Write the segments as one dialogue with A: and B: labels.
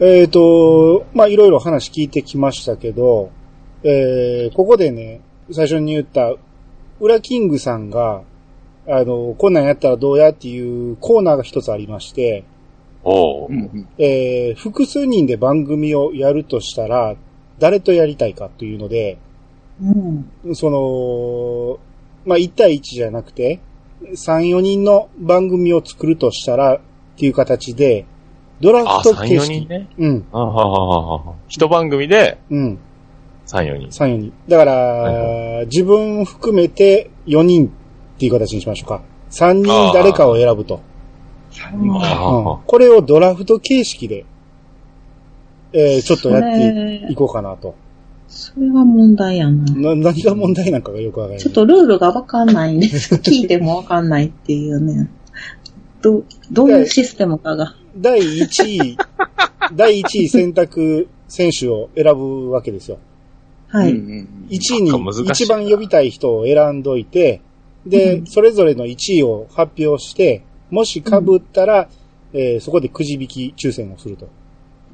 A: えっ、と、まあ、いろいろ話聞いてきましたけど、えー、ここでね、最初に言った、ウラキングさんが、あの、こんなんやったらどうやっていうコーナーが一つありまして、
B: おう
C: う。ん
A: えー、複数人で番組をやるとしたら、誰とやりたいかというので、
C: うん。
A: その、まあ、1対1じゃなくて、3、4人の番組を作るとしたら、っていう形で、ドラ
B: あ、
A: フト
B: 3、
A: 形
B: 4人
A: 式。
B: ね。
A: うん、
B: あはははは。一番組で
A: うん、
B: 3、4
A: 3、
B: 人。
A: 4人。だから、
B: は
A: 自分含めて4人っていう形にしましょうか。3人誰かを選ぶと。
C: 三人
B: あ
A: う
B: ー
A: ん、これをドラフト形式で、えー、ちょっとやってい
C: て
A: こうかなと。
C: それは問題やな。
A: な何が問題なんかがよくわかりま
C: ち
A: せ
C: ょっ
A: ん
C: とルールがわかんないんです。聞いてもわかんないっていうね。ど、どういうシステムかが。
A: 第1位、第1位選択選手を選ぶわけですよ。
C: はい。
D: うんうん
A: 1位
B: なんか難しい
A: に
B: な
A: 一番呼びたい人を選んどいて、で、
C: うん
A: それぞれの1位を発表して、もし被ったら、えーそこでくじ引き抽選をすると。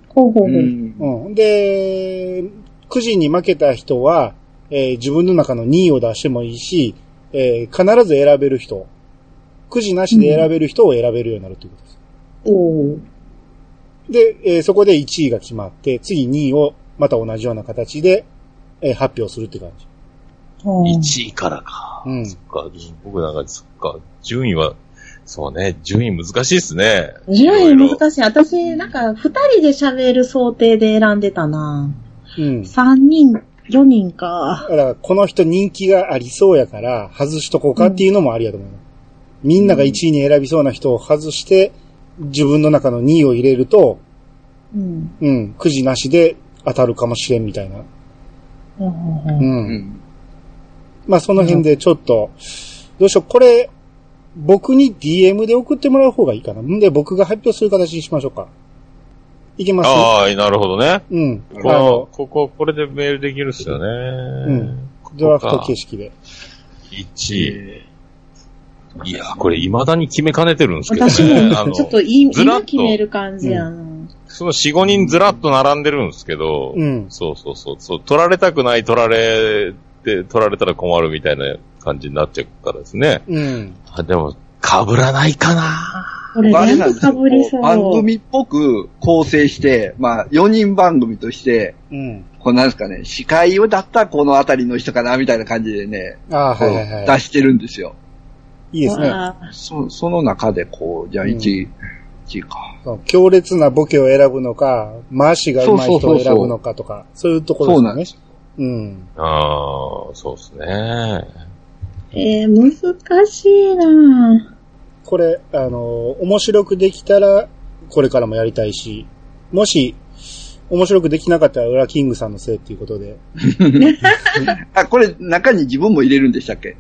C: ほうほうほ
D: う
C: う。
D: ん
A: うん、で、くじに負けた人は、えー自分の中の2位を出してもいいし、えー必ず選べる人、くじなしで選べる人を選べるようになるということです。
C: おー
A: で、えーそこで1位が決まって、次2位をまた同じような形で、えー発表するって感じ。
C: あー
B: 1位からか。
A: うん
B: そっか、僕なんか、そっか、順位は、そうね、順位難しいっすね。
C: 順位
B: い。
C: 難しい。私、なんか、二人で喋る想定で選んでたな。
A: うん。だ
C: 三人、四人か。
A: から、この人人気がありそうやから、外しとこうかっていうのもありやと思う。みんなが1位に選びそうな人を外して、自分の中の2位を入れると、
C: うん。
A: うん、くじなしで当たるかもしれんみたいな。
C: ほうほうほ
A: う。
C: うん
D: うんん
A: まあ、その辺でちょっと、どうしよう、これ、僕に DM で送ってもらう方がいいかな。んで、僕が発表する形にしましょうか。いけます
B: ああ、なるほどね。
A: うん。あ
B: この
A: の、。
B: ここ、これでメールできるっすよね。うん
A: ドラフト形式で。
B: 1位。いや、これ未だに決めかねてるんですけどね。
C: 私も
B: あの、
C: ちょっとい
B: ずらっ
C: 今
B: と
C: 決める感じやな。
B: その4、5人ずらっと並んでるんですけど、
A: うん
B: そうそうそう、そう、取られたくない、取られて、取られたら困るみたいな感じになっちゃうからですね。
A: うん。
B: あでも、被らないかな
C: これ
D: あれ
C: 全
D: なん
C: 部
D: ですよ
C: かぶりそ
D: こう番
C: う。
D: 組っぽく構成して、まあ、4人番組として、
A: うん。
D: こうなんですかね、司会をだったらこのあたりの人かな、みたいな感じでね、
A: ああー、
D: こ
A: は
D: う
A: いはいは
D: 出してるんですよ。
A: い。いいですね。
C: わあ
D: そその中で、こう、じゃあ1位、1位か。
A: 強烈なボケを選ぶのか、回しが上手い人を選ぶのかとか、そういうところ
D: そうなん
A: で
D: ですす
A: よね。うん。
B: ああ、そうですね。
C: えー、難しいな
A: これ、あの、面白くできたら、これからもやりたいし、もし、面白くできなかったら、裏キングさんのせいっていうことで。
D: あ、これ中に自分も入れるんでしたっけ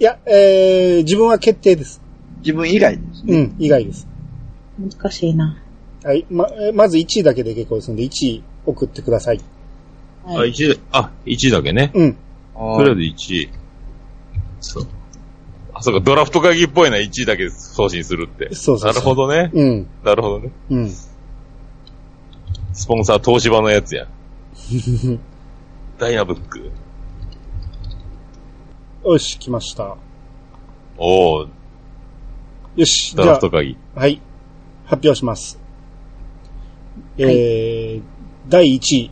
A: いや、えー、自分は決定です。
D: 自分以外です
A: う
D: ね。
A: ん、以外です。
C: 難しいな。
A: はい。ま、えまず1位だけで結構ですので、1位送ってください。
B: あ、1位、あ、一位だけね。
A: うん。
D: あ
B: とりあえ
D: ー
B: ず1位。そう。あ、そうか、ドラフト会議っぽいな、1位だけ送信するって。
A: そうそうそう
B: なるほどね。
A: うん。
B: なるほどね。
A: うん。
B: スポンサー東芝のや つや。ダイナブック。
A: よし、来ました。
B: おー、
A: よし、じ
B: ド
A: ゃ
B: ラ
A: あ
B: フ、ト会議。
A: はい。発表します。え
C: はい
A: ー第1位。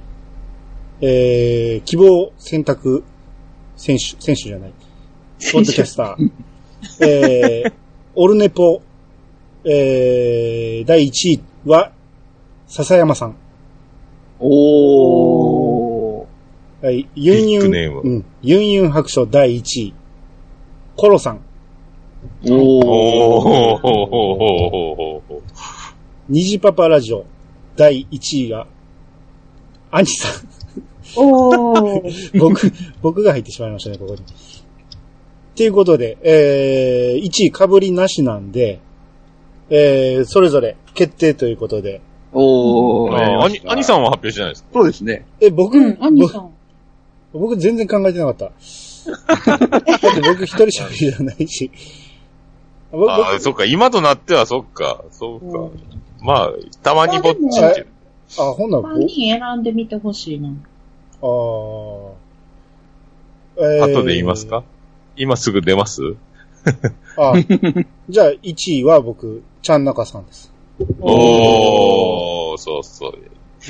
A: えー、希望選択選手、選手じゃない。ポッドキャスター。えー、オルネポ、えー、第1位は、笹山さん。
D: おー。
A: はい、ユンユ
B: ビッ
A: ン、
B: グネーム
A: うん、ユンユン白書第1位。コロさん。
D: おー。
B: おー、ほーほーほーほーほー
A: ニジパパラジオ第1位が、アニさん。
C: お ー。
A: 僕、僕が入ってしまいましたね、ここに。ということで、えー、1位かぶりなしなんで、えー、それぞれ決定ということで。
D: おー。
B: あ兄兄さ
D: ん
B: んは発表してないですか
D: そうですね。
A: え、僕、
C: うん、アニさ
A: 僕
C: ん。
A: 僕全然考えてなかった。 だって僕一人喋りじゃないし。僕僕
B: あーそっか、今となってはそっか、そうか。まあ、たまにぼっちっていう。
A: あ、ほんなら
C: 3人選んでみてほしいな。
A: ぼ、ああ。え
B: 後で言いますか今すぐ出ます
A: あじゃあ、1位は僕、ちゃんなかさんです。
B: おー、そうそう。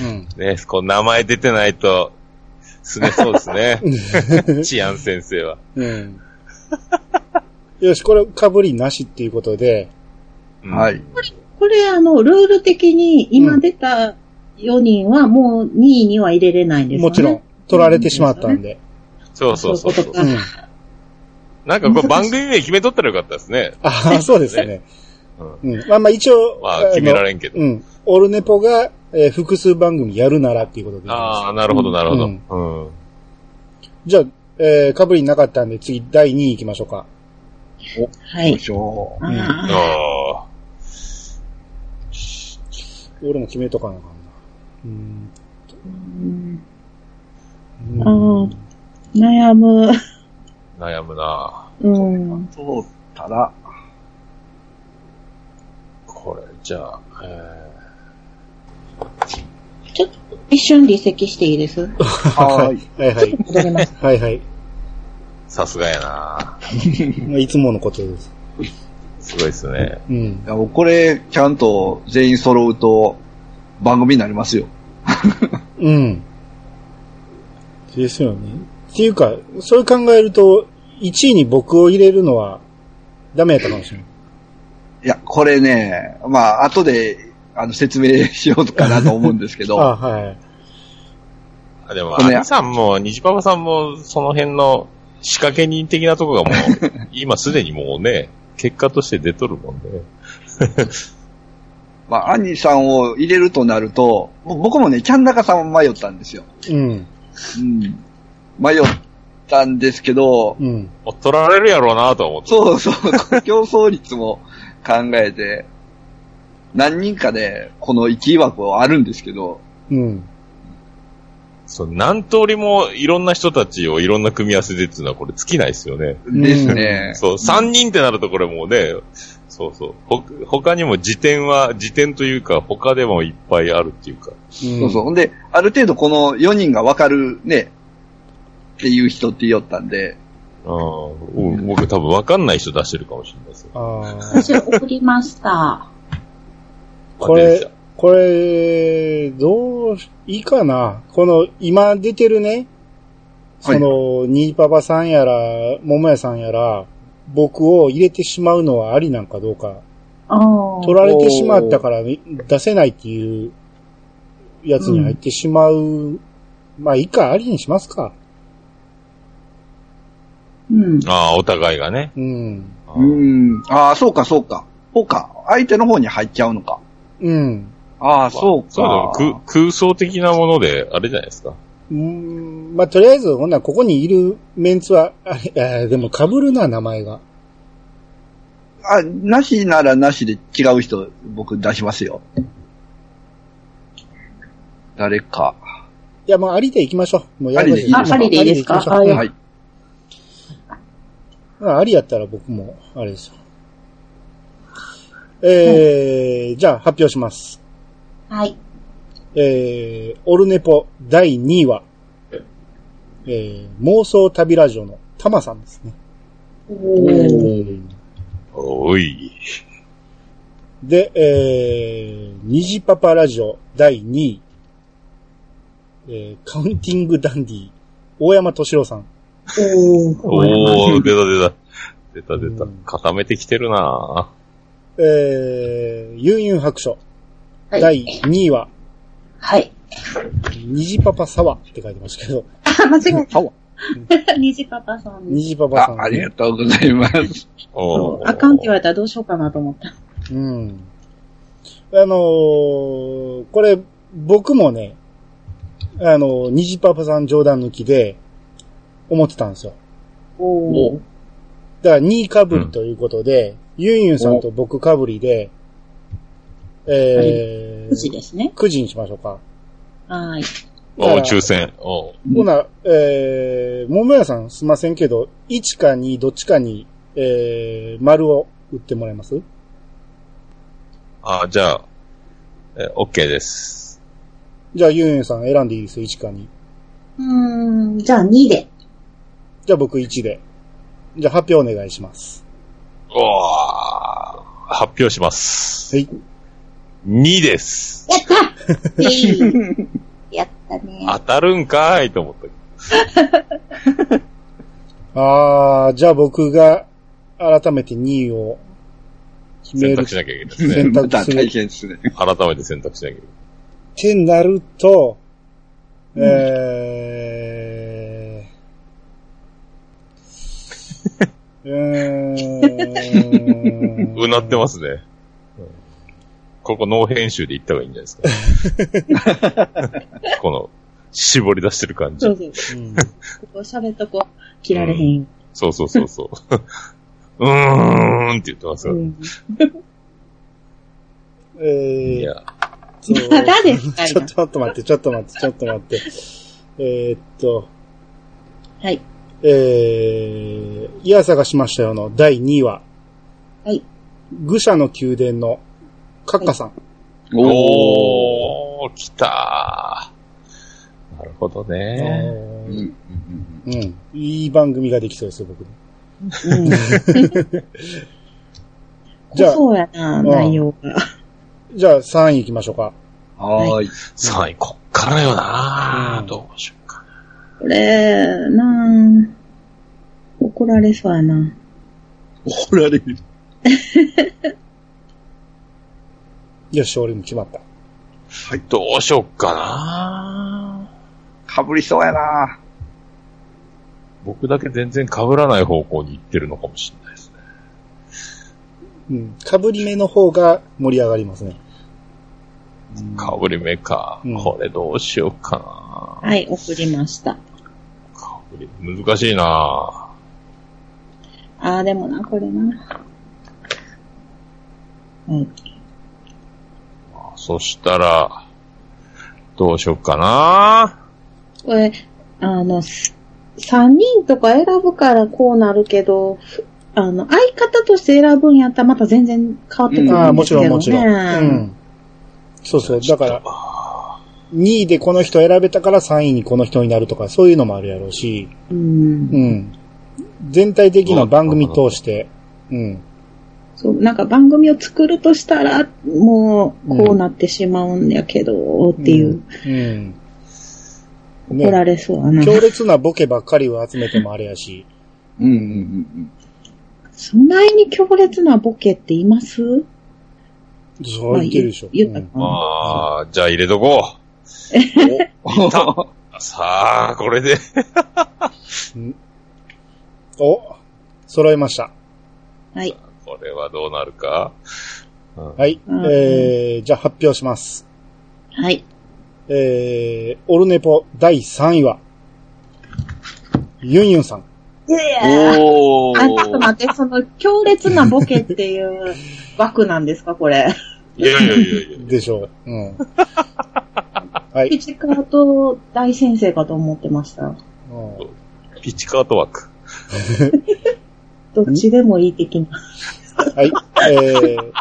A: うん。
B: ね、こう名前出てないと、すねそうですね。治安先生は。
A: うん。よし、これ、かぶりなしっていうことで、
B: うん
D: はい。
C: これ、あの、ルール的に今出た4人はもう2位には入れれないんですよね。
A: もちろん、取られてしまったんで。
B: そうそうそう
C: そうい
B: そうう
C: こと。か
A: うん。
B: なんかこれ番組名決めとったらよかったですね。
A: ああ、そうですね。うん。まあまあ一応、
B: まあ
A: あの
B: 決められんけど。
A: うん。オルネポが、えー複数番組やるならっていうことで。
B: ああ、なるほど、なるほど。
A: う
B: うん。
A: じゃあ、えー、かぶりなかったんで次第2位行きましょうか。
C: はい。
D: しょ
A: ん
C: あ
B: あ
A: 俺も決めとかなあかんな。うん
C: ーうん
A: うん。
C: あ悩む。
B: あ、悩むな
C: うん。
D: そうたら、
B: これ、じゃあ、え
C: ちょっと一瞬離席していいです
D: はー
A: は
D: い。
A: いはい。
C: 戻ります。
A: はいはい。
B: ーさすがやな
A: まあいつものことです。
B: すごいですね。
A: うん
D: い。やもうこれ、ちゃんと全員揃うと、番組になりますよ。
A: うん。ですよね。っていうか、それ考えると、1位に僕を入れるのは、ダメやったかもしれない。
D: いや、これね、まあ、後で、あの、説明しようかなと思うんですけ ど、
A: あはい。
B: あでも、
D: このや
B: 兄さんも、虹パパさんも、その辺の仕掛け人的なとこがもう、今すでにもうね、結果として出とるもんね。
D: まあ、アンニさんを入れるとなると、もう僕もね、ちゃんなかさんも迷ったんですよ。
A: うん。
D: うん。迷ったんですけど、
A: うん。
B: もう取られるやろうなとは思って。
D: そうそう、競争率も考えて、何人かで、この1位枠はあるんですけど、
A: うん。
B: そう、何通りもいろんな人たちをいろんな組み合わせでっていうのはこれ尽きないですよね。
D: ですね。
B: そう、3人ってなるとこれもうね、そうそう。ほ、他にも辞典は、辞典というか、他でもいっぱいあるっていうか。
A: そう
D: そうそう。ほんで、ある程度この4人がわかるね、っていう人って言おったんで、
B: ああ、うん僕多分分かんない人出してるかもしれないですよ。
A: ああ。
C: 私送りました。
A: こ
B: あ出てき
A: れ
B: た、
A: これ、どうし、いいかなこの、今出てるね、
D: はい
A: その、ニーパパさんやら、ももやさんやら、僕を入れてしまうのはありなんかどうか。
C: ああ。
A: 取られてしまったから出せないっていうやつに入ってしまう。まあ、いいか、ありにしますか。
C: うん。
B: ああ、お互いがね。
A: うん。
B: あ
D: う
B: ー
D: ん。ああ、そうか、そうか。そうか。相手の方に入っちゃうのか。
A: うん。
D: ああ、そう
B: そう
D: か。
B: でも空空想的なもので、あれじゃないですか。
A: うん、まあ、とりあえず、ほんならここにいるメンツは、あれ、えーでも被るな、名前が。
D: あ、なしならなしで違う人、僕出しますよ。誰か。
A: いや、もうありで行きましょう。もうや
D: ありでいいですか
A: あ
D: あ
A: り
C: り
A: で
C: で
A: い
C: い
A: いで
C: いですす
A: か
C: か
A: あ
C: はい
A: り
D: は、い。
A: ありやったら僕も、あれですよ。えー、じゃあ発表します。
C: はい。
A: えー、オルネポ第2位は、えー、妄想旅ラジオのタマさんですね。
C: おー
B: おい。
A: で、えー、ニジパパラジオ第2位、えー、カウンティングダンディ、大山敏郎さん。
C: おー。
B: おお出た出た。出た出た
A: うん。
B: 固めてきてるな
A: えー、ユンユン白書
C: はい
A: 第。2位は、
C: はい。
A: ニジパパサワって書いてましたけど、
C: あ、間違え
D: あわ
C: た。 虹パパさんで
A: ニ
C: す。
A: ジパパさん、
D: あ、ありがとうございます。
B: おー
C: あかんって言われたらどうしようかなと思った。
A: うん。あのーこれ、僕もね、あのー、虹パパさん冗談抜きで、思ってたんですよ。
C: おー。
A: だから2位かぶりということで、ユンユンさんと僕かぶりで、え
C: 9時
A: ー、
C: ですね。
A: 9時にしましょうか。
C: はい。
B: おー抽選。おー
A: ほな、えー、桃屋さんすいませんけど、1か2どっちかに、えー、丸を打ってもらえます
B: あ、じゃあ、えー、OK です。
A: じゃあ、ユンユンさん選んでいいですよ、1か2。
C: うーん、じゃあ2で。
A: じゃあ、僕1で。じゃあ、発表お願いします。
B: おー発表します。
A: はい。
B: 2です。
C: やったへいやったね。
B: 当たるんかーいと思った。
A: あー、じゃあ僕が改めて2位を決め
B: 選
A: る
B: 択
A: っ
B: しなきゃいけないですね。
A: 選択する
D: また大変ですね。
B: 改めて選択しなきゃいけない。
A: てなると、えー、う ーん。
B: うなってますね。ここノー編集で言った方がいいんじゃないです か。この、絞り出してる感じ
C: そ。うそう。
A: うん。
C: ここ喋っとこう。切られへんよ。
B: そうそうそうそう。うーんって言ってます
C: う
B: よ。
C: ん。
A: え
B: い
A: ー
B: や、
A: と、
C: まだですかい
A: ちょ
C: な
A: っとちょっと待って、ちょっと待って、ちょっと待って。えーっと、
C: はい。
A: えー、いやさがしましたよの第2話。
C: はい。
A: 愚者の宮殿のカッカさん。
D: おー。
B: おー、来たー。なるほどね。
D: うんうんう
A: うん。
D: ん
A: いい番組ができそうですよ、僕。
C: うん。
A: じゃあ
C: そうやな、内容が。
A: じゃあ3位行きましょうか。
D: はーい。
B: 3位、こっからよな
A: う
B: ー。
A: ん
B: どうしようか。
C: これ、なぁ怒られそうやな。
D: 怒られる。
A: よし、俺も決まった。
B: どうしようかなー。
D: かぶりそうやな
B: 僕だけ全然被らない方向に行ってるのかもしれないですね。
A: うん。かぶり目の方が盛り上がりますね。
B: 被り目か。
A: うん
B: これどうしようかな
C: はい、送りました。
B: 被り難しいな
C: ああ、でもな、これな。は
B: ー
C: い。
B: そしたら、どうしようかな
C: これ、あの、す三人とか選ぶからこうなるけど、ふあの、相方として選ぶんやったらまた全然変わってくるんですけ
D: う
C: ど、ね
D: ん
A: ああ、もちろんもちろん。うん。そうそう。だから、2位でこの人選べたから3位にこの人になるとか、そういうのもあるやろうし、
C: うん
A: うん。全体的な番組通して、うん。
C: そう、なんか番組を作るとしたら、もう、こうなってしまうんやけど、っていう、
A: うん。うん。
C: 怒ら
A: ね、
C: れそうやな。
A: 強烈なボケばっかりを集めてもあれやし、
D: うんうんうん
C: そないに強烈なボケっています
A: そういけるでしょ。
C: まあ言う言うた
A: うん
C: かな
B: あー、じゃあ入れとこ
D: うん。
B: う。さあ、これで。
A: お、揃えました。
C: はい。
B: これはどうなるか。うん
A: はい。
C: うん
A: えー、じゃあ発表します。
C: はい。
A: えー、オルネポ第3位は、ユンユンさん。
D: お
C: あ、ちょっと待って、その強烈なボケっていう枠なんですか、これ。
B: いやいやいやいや。
A: でしょう。 うん。はい。
C: ピカーと大先生かと思ってました。
A: うん
B: ピッチカート枠。
C: どっちでもいい的な。
A: はい。えー、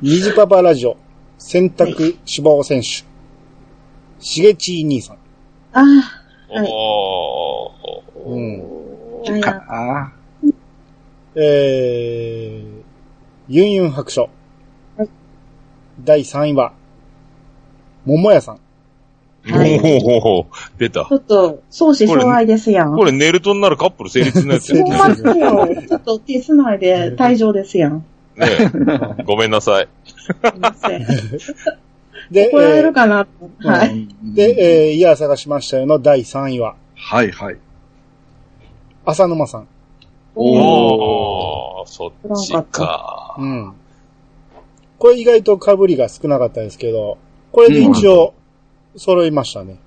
A: ニジパパラジオ、選択志望選手、しげちい兄さん。
C: あはい
B: お
A: う
B: ー。
A: ん。
C: あ、はい
D: か
C: あ、
D: あ
A: えー、ユンユン白書。
C: はい
A: 第3位は、桃屋さん。
C: はい
B: おー、出た
C: ちょ。っと、相思相愛ですやん。
B: これネルトになるカップル成立のやつ
A: れ
B: ね
C: ほんまですよ。ちょっと手つないで退場ですや ん。
B: えごめんなさい。
C: すいません
A: で、
C: 怒られ
A: え
C: るかなと。
A: うん
C: は
D: あ
C: い。。
A: で、えー、いや、探しましたよの第3位は、
D: はいはい。
A: 浅沼さん。
B: おー、そっち
C: 知らん
B: か。
A: うん。これ意外と被りが少なかったですけど、これで一応、揃いましたね。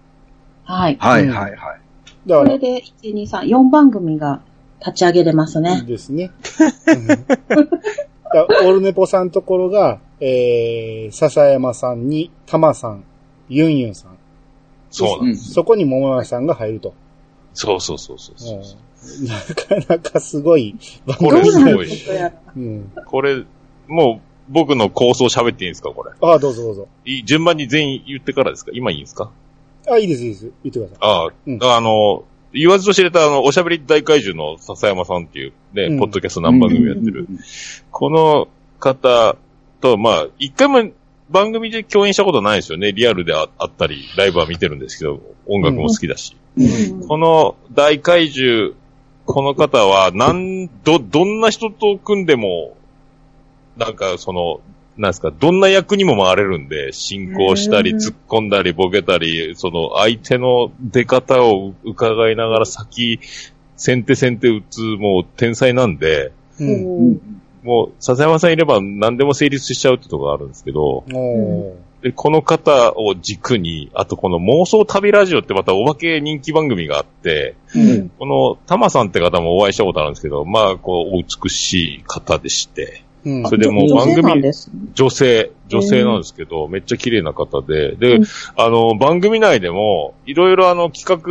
C: はい。
D: はいはいはい。
A: だ
C: こ
A: か
C: れ
A: ら、
C: で、1、2、3、4番組が立ち上げれますね。
A: ですね。うんだからオルネポさんところが、えー、笹山さんに、玉さん、ユンユンさん。
B: そうなんだ
D: うん。
A: そこに桃屋さんが入ると。
B: そうそうそうそうそう。
A: うんなかなかすごい番
B: こ
C: ど
B: れ
A: 組
C: う
B: す
C: な
B: ご
C: る
B: い
C: ことやら。
A: うん。
B: これ、もう、僕の構想喋っていいんですかこれ。
A: ああ、どうぞどうぞ。
B: いい順番に全員言ってからですか今いいんですか
A: あ、いいです、いいです。言ってください。
B: ああ、
A: うん
B: あの、言わずと知れたあの、おしゃべり大怪獣の笹山さんっていうね、
A: うん
B: ポッドキャスト何番組やってる。この方と、まあ、一回も番組で共演したことないですよね。リアルでああったり、ライブは見てるんですけど、音楽も好きだし。
C: うん
B: この大怪獣、この方は、なん、ど、どんな人と組んでも、なんかその、なんですか、どんな役にも回れるんで、進行したり、
C: うん
B: 突っ込んだり、ボケたり、その、相手の出方を伺いながら先、先手先手打つ、もう天才なんで、
A: うん。
B: もう、笹山さんいれば何でも成立しちゃうってとこがあるんですけど、
A: おー
B: で、この方を軸に、あとこの妄想旅ラジオってまたお化け人気番組があって、
A: うん。
B: この、タマさんって方もお会いしたことあるんですけど、まあ、こう、お美しい方でして、
A: うん。
B: それでもう番
C: 女性
B: 組
C: なんですね
B: 女性、女性なんですけど、めっちゃ綺麗な方で、で、
C: うん
B: あの、番組内でも、いろいろあの、企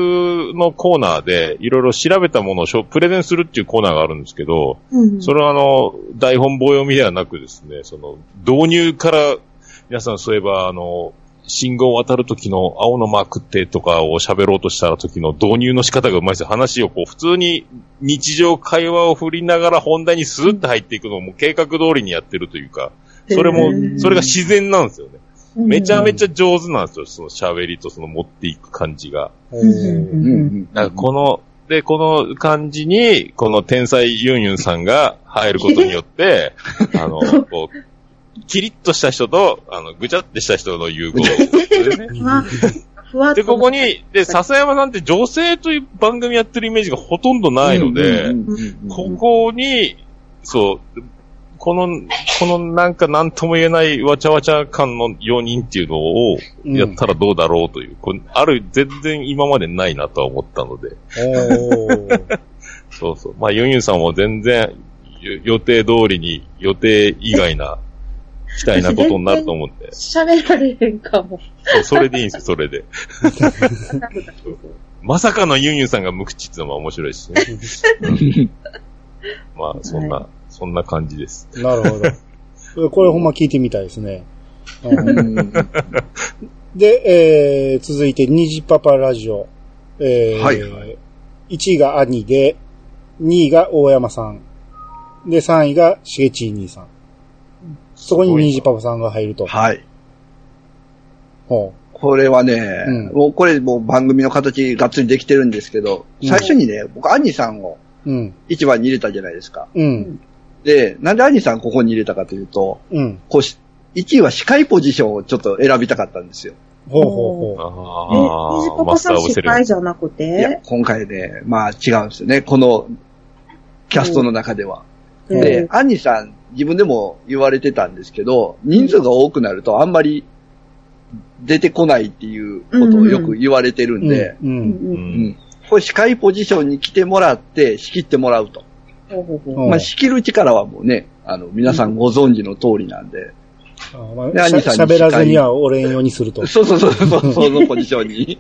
B: 画のコーナーで、いろいろ調べたものをしょプレゼンするっていうコーナーがあるんですけど、
C: うん
B: それはあの、台本棒読みではなくですね、その、導入から、皆さんそういえば、あの、信号を渡る時の青のマークってとかを喋ろうとした時の導入の仕方がうまいですよ。話をこう、普通に日常会話を振りながら本題にスーッと入っていくのをもう計画通りにやってるというか、それも、それが自然なんですよね。めちゃめちゃ上手なんですよ、その喋りとその持っていく感じが。
A: お
C: うんう
A: ー
D: うんんう
C: うん
D: ん。
B: だからこの、で、この感じに、この天才ユンユンさんが入ることによって、 あの、こう、キリッとした人と、あの、ぐちゃってした人の融合。でね
C: ふわふわっと
B: で、ここに、で、笹山さんって女性という番組やってるイメージがほとんどないので、
D: うんうんう
B: こ
D: ん
B: こに、そう、この、このなんか何とも言えないわちゃわちゃ感の4人っていうのを
A: うん
B: やったらどうだろうという、これある、全然今までないなとは思ったので、
A: おー
B: そうそう。まあ、ユンユンさんも全然、よ予定通りに、予定以外な、期待なことになると思 うんで。
C: 喋られへんか も。
B: そうそれでいいんですよ、それで。まさかのユンユンさんが無口ってのも面白いしね。まあ、そんな、そんな感じです。
A: なるほど。これほんま聞いてみたいですね。うんで、えー、続いて、ニジパパラジオ。えー、
D: はいは
A: 1位が兄で、2位が大山さん。で、3位がしげちい兄さん。そこにニジパパさんが入ると。
D: はい。
A: ほ
D: これはね、
A: うん
D: もうこれもう番組の形がっつりできてるんですけど、最初にね、僕、アンニさんを
A: う。うん。
D: 一番に入れたじゃないですか。
A: うん。
D: で、なんでアンニさんここに入れたかというと、
A: うん。
D: こうし、1位は司会ポジションをちょっと選びたかったんですよ。
A: ほうほうほ
C: え、虹
B: ああ、
C: パパ
B: マス
C: さ
B: ター
C: ん
B: オブセ
C: 司
B: レモニ
C: 会じゃなく
D: いや
C: て、
D: 今回ね、まあ違うんですよね。このキャストの中で
A: う
D: は。
A: ん
D: で、アンニさん、自分でも言われてたんですけど、人数が多くなるとあんまり出てこないっていうことをよく言われてる
A: う。
D: んで、
A: うん。うん
B: ー。う。
D: うんん。これ司会ポジションに来てもらって、仕切ってもらうと。
A: うん
D: まあ、仕切る力はもうね、あの、皆さんご存知の通りなんで。
A: あま
D: で
A: あ、しゃ
D: 兄さんに
A: 喋らずにはおれんようにする と。
D: そうそうそうそう、そのポジショ ンに。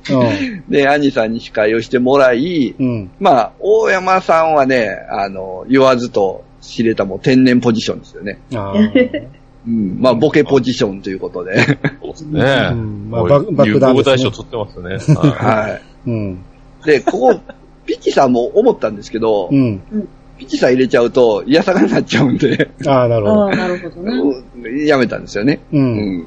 A: う
D: で、兄さんに司会をしてもらい、
A: ん。うん。
D: まあ、大山さんはね、あの、言わずと知れたもう天然ポジションですよね。
A: あー
D: うん。まあ、ボケポジションということで。
B: そうですね。
A: うんまあ
B: もう
A: 爆爆弾ですね
B: 流行語大賞取ってます ね。は
D: は
A: うん。
D: い。で、ここ、ピッチさんも思ったんですけど、
A: うん。
D: ピッチさん入れちゃうと、嫌さがになっちゃうんで、
A: ああ、なるほ
C: あ
A: ど。
C: あ、なるほどね。
D: うんやめたんですよね。
A: う。
D: うんん。
B: い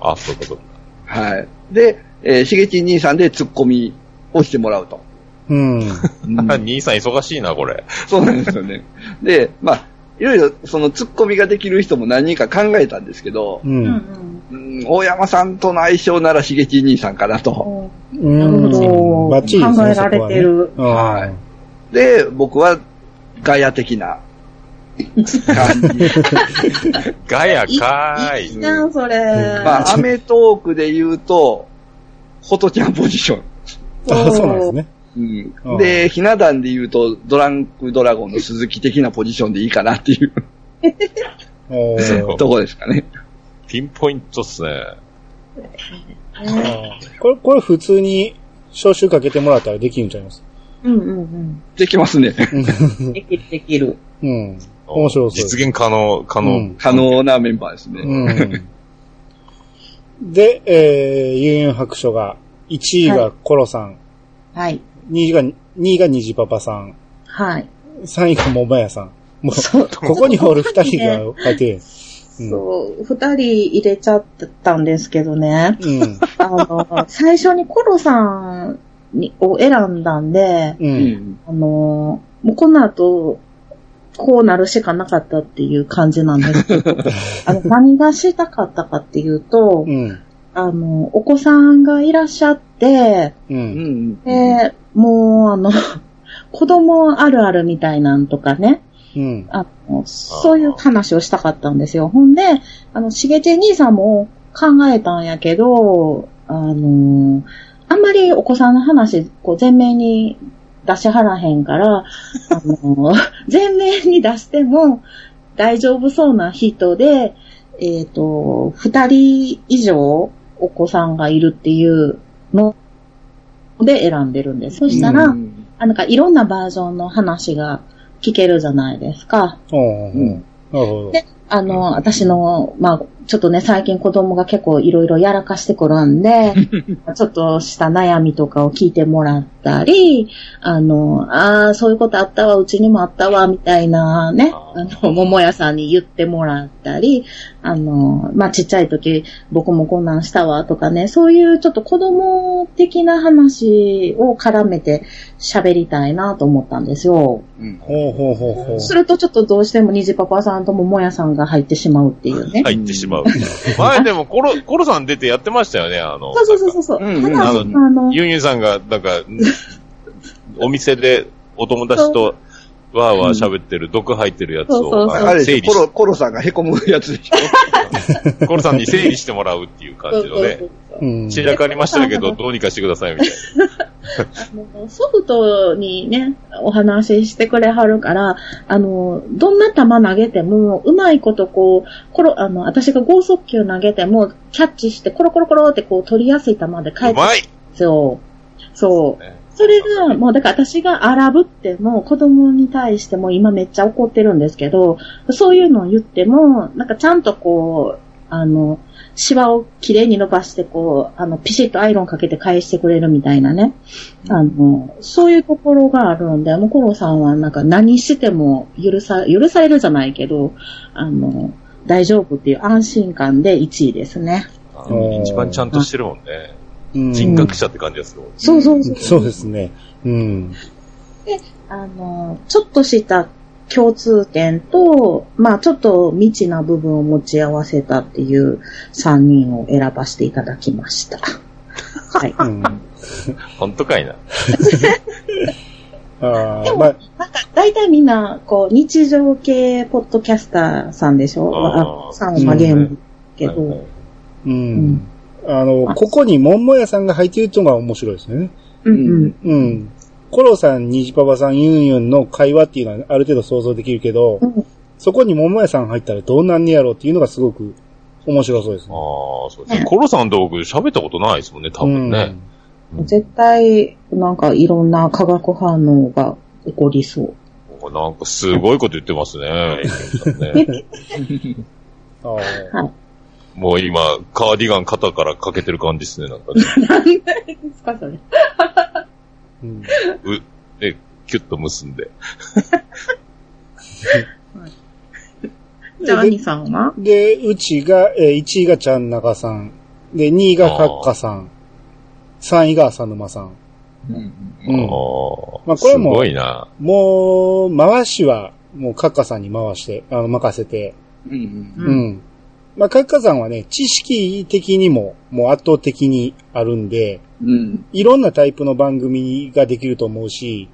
B: あ、そういうこと。
D: はい。で、えーしげち兄さんでツッコミをしてもらうと。
A: うん。
B: 兄さん忙しいな、これ。
D: そうなんですよね。で、まあ、いろいろそのツッコミができる人も何人か考えたんですけど
A: う、
C: うん
A: ん。
D: うん大山さんとの相性ならしげち兄さんかなと。
A: うん
C: なるほど
A: バッチリですね。
C: 考えられてる
A: そこはね
D: はいで、僕はガヤ的 な感じ。
B: ガヤかー
C: いい
B: い。
C: じゃん、それ。
D: まあ、アメトークで言うと、ホトちゃんポジション。
A: あそうなんですね。
D: うん、で、ひな壇で言うと、ドランクドラゴンの鈴木的なポジションでいいかなっていう
A: お
B: そう
A: ー
D: とこですかね。
B: ピンポイントっすね。
A: あーこれ、これ普通に招集かけてもらったらできるんちゃいます
C: うんうん
D: できますね。
C: うん。できる、できる。
A: うん。面白そうです
B: 実現可能、可能。
A: うん
D: 可能なメンバーですね。
A: うん。で、えー、ユンユン白書が、1位がコロさん、
C: はい。
A: 2位が、2位がニジパパさん、
C: はい。
A: 3位がモマヤさん。もう、
C: そう。
A: ここにおる2人
C: ちょっと
A: が書いて、う
C: 二人ね。
A: ん
C: そう、二人入れちゃったんですけどね。
A: うん。
C: あの、最初にコロさんにを選んだんで、
A: う。
D: うんん。
C: あの、もうこの後、こうなるしかなかったっていう感じなんですけど、あの、何がしたかったかっていうと、
A: うん。
C: あの、お子さんがいらっしゃって、
A: う。
D: うんん。
C: で、もうあの、 子供あるあるみたいなんとかね、
A: うん。
C: あの、そういう話をしたかったんですよ。ほんで、あの、しげち兄さんも考えたんやけど、あの、あんまりお子さんの話、こう、前面に出しはらへんから、あ の、前面に出しても大丈夫そうな人で、えっ、と、二人以上お子さんがいるっていうので選んでるんです。そしたら、
D: うん
C: あなんかいろんなバージョンの話が聞けるじゃないですか。
A: おうおうおうなるほど。
C: で、あの、私の、まあ、ちょっとね、最近子供が結構いろいろやらかしてくるんで、ちょっとした悩みとかを聞いてもらったり、あの、ああ、そういうことあったわ、うちにもあったわ、みたいなね、あの、桃屋さんに言ってもらったり、あの、まあ、ちっちゃい時、僕もこんなんしたわ、とかね、そういうちょっと子供的な話を絡めて喋りたいなと思ったんですよ。
D: うん
A: ほうほうほうほう。
C: するとちょっとどうしても虹パパさんとももやさんが入ってしまうっていうね。
B: 入ってしまう。 前でもコロ、コロさん出てやってましたよね、あの。
C: そうそうそうそう。
D: うんうん
C: ただ、あ
B: あの
C: の、
B: ユンユンさんが、なんか、お店でお友達とわーわー喋ってる、毒入ってるやつ
C: そうそう
B: を、
C: そ
B: あ
C: う
D: あ
B: の
D: れ
B: 整
D: で
B: 理
D: しょコ
B: し
D: ロ、コロさんが凹むやつでしょ
B: て、コロさんに整理してもらうっていう
C: そ
B: 感
C: う
B: じ
C: そ
B: の
C: う
B: ね
C: そ。う
A: うん。
B: 散らかりましたけど、どうにかしてくださいみたいな。
C: あのソフトにね、お話ししてくれはるから、あの、どんな球投げても、うまいことこう、コロ、あの、私が剛速球投げても、キャッチして、コロコロコロってこう、取りやすい球で返
B: う
C: ってくるん
B: まい
C: ですよ。そう。
B: ね
C: それが、もうだから私が荒ぶっても、子供に対しても今めっちゃ怒ってるんですけど、そういうのを言っても、なんかちゃんとこう、あの、シワをきれいに伸ばして、こう、あの、ピシッとアイロンかけて返してくれるみたいなね。あの、そういうところがあるんで、もうコロさんはなんか何しても許さ、許されるじゃないけど、あの、大丈夫っていう安心感で1位ですね。
B: あの一番ちゃんとしてるもんね。
A: うん
B: 人格者って感じがするもんね。
C: そうそうそう。
A: そうですね。うん。
C: あの、ちょっとした共通点と、まあちょっと未知な部分を持ち合わせたっていう3人を選ばせていただきました。はい。
A: うん。あ
B: 本当かいな。
A: あ
C: で
A: ー、
C: も
A: まあ、
C: なんか大体みんな、こう、日常系ポッドキャスターさんでしょ
B: あー
C: あさんはゲームけど、
B: はいはい
A: うん。あの、ここにもんもやさんが入っているっていうのが面白いですよね。
C: うんうん。
A: うん。コロさん、ニジパパさん、ユンユンの会話っていうのはある程度想像できるけど、
C: うん
A: そこにももやさん入ったらどうなんねやろうっていうのがすごく面白そうです
B: あ
A: ね。
B: あ、そうですね。コロさんと僕喋ったことないですもんね、多分ね。うん
C: 絶対、なんかいろんな化学反応が起こりそう。
B: なんかすごいこと言ってますね。ね
A: うん。あー
B: もう今、カーディガン肩からかけてる感じです ね、なん かね。
C: なんでですか、それ。
A: うん
B: で、キュッと結んで。
C: じゃあ、兄さんは
A: で、うちが、え1位がちゃんなかさん。で、2位がかっかさん。3位が浅沼さん。う
B: あ
A: ん。
B: ー
A: まあこれは
B: す
A: もう
B: ごいな。
A: もう、回しは、もうかっかさんに回して、あの、任せて、
D: うん。
A: う。ん。まあ、カッカさんはね、知識的にも、もう圧倒的にあるんで、
D: うん。
A: いろんなタイプの番組ができると思うし、